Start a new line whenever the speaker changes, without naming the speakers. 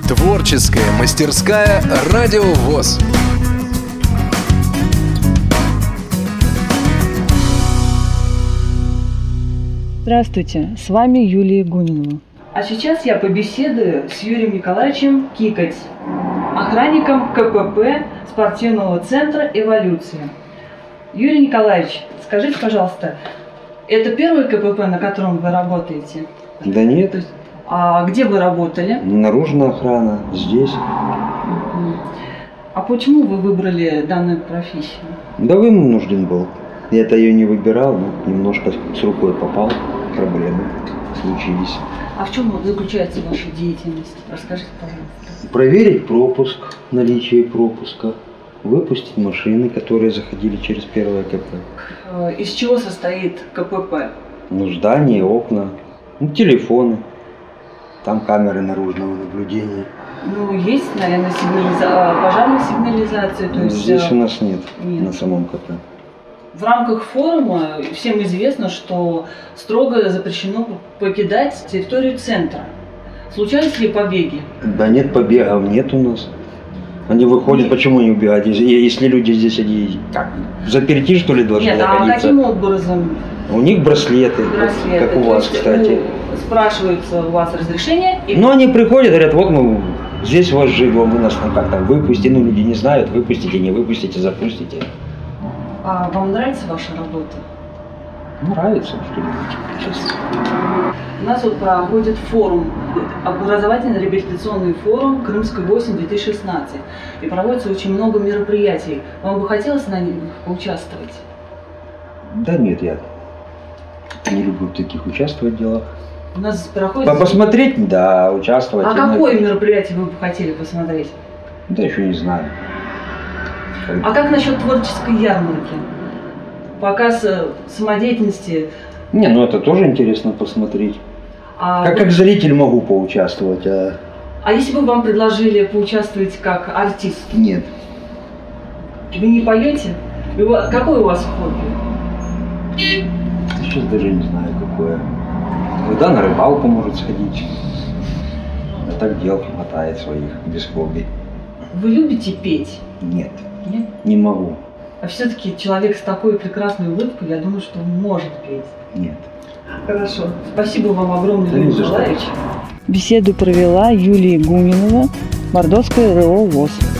Творческая мастерская «Радио ВОЗ».
Здравствуйте, с вами Юлия Гунинова.
А сейчас я побеседую с Юрием Николаевичем Кикоть, охранником КПП спортивного центра «Эволюция». Юрий Николаевич, скажите, пожалуйста, это первый КПП, на котором вы работаете?
Да нет,
А где вы работали?
наружная охрана здесь.
А почему вы выбрали данную профессию?
Да вынужден был. Я-то ее не выбирал, но немножко с рукой попал. Проблемы случились.
А в чем вот заключается ваша деятельность? Расскажите, пожалуйста.
Проверить пропуск, наличие пропуска. Выпустить машины, которые заходили через первое КП.
Э, Из чего состоит КПП?
Ну, здание, окна, ну, телефоны. Там камеры наружного наблюдения.
Ну, есть, наверное, сигнализа... а, пожарная сигнализация, то
Ну,
есть
Здесь
э,
у нас нет,
нет.
на самом КП.
в рамках форума всем известно, что строго запрещено покидать территорию центра. Случались ли побеги?
Да нет побегов, нет у нас. Они выходят, почему не убегать? Если- Если люди здесь они как? Заперти, что ли, должны
Нет, а
находиться?
каким образом
У них браслеты, вот
браслеты?
как у
То
вас,
есть,
кстати. Ну.
ну, спрашивается у вас разрешение, и
Но они приходят, говорят, вот мы здесь у вас живем, вы нас там как там выпустите. Ну, люди не знают, выпустите, не выпустите, запустите.
а вам нравится ваша работа?
Ну, Нравится что-нибудь, честно.
У нас вот проходит форум, образовательно-реабилитационный форум «Крымская 8-2016». И проводится очень много мероприятий. Вам бы хотелось на них поучаствовать?
Да нет, я не люблю в таких участвовать в делах.
У нас проходит...
По- Посмотреть, да, участвовать.
А
я на-
какое мероприятие вы бы хотели посмотреть?
Да еще не знаю. Как-
А как насчет творческой ярмарки? Показ э, самодеятельности.
Не, ну это тоже интересно посмотреть.
А,
Как,
вы-
как зритель могу поучаствовать, а
а если бы вам предложили поучаствовать как артист?
нет.
Вы не поете? И ва- Какое у вас хобби?
Сейчас даже не знаю, какое. Когда на рыбалку может сходить. А так дел хватает своих без хобби.
Вы любите петь?
Нет,
Нет?
не могу.
А все-таки человек с такой прекрасной улыбкой, я думаю, что он может петь.
Нет.
Хорошо. Спасибо вам огромное,
Да не
Юрий
за что.
Николаевич.
Беседу провела Юлия Гунинова, Мордовское РО ВОЗ.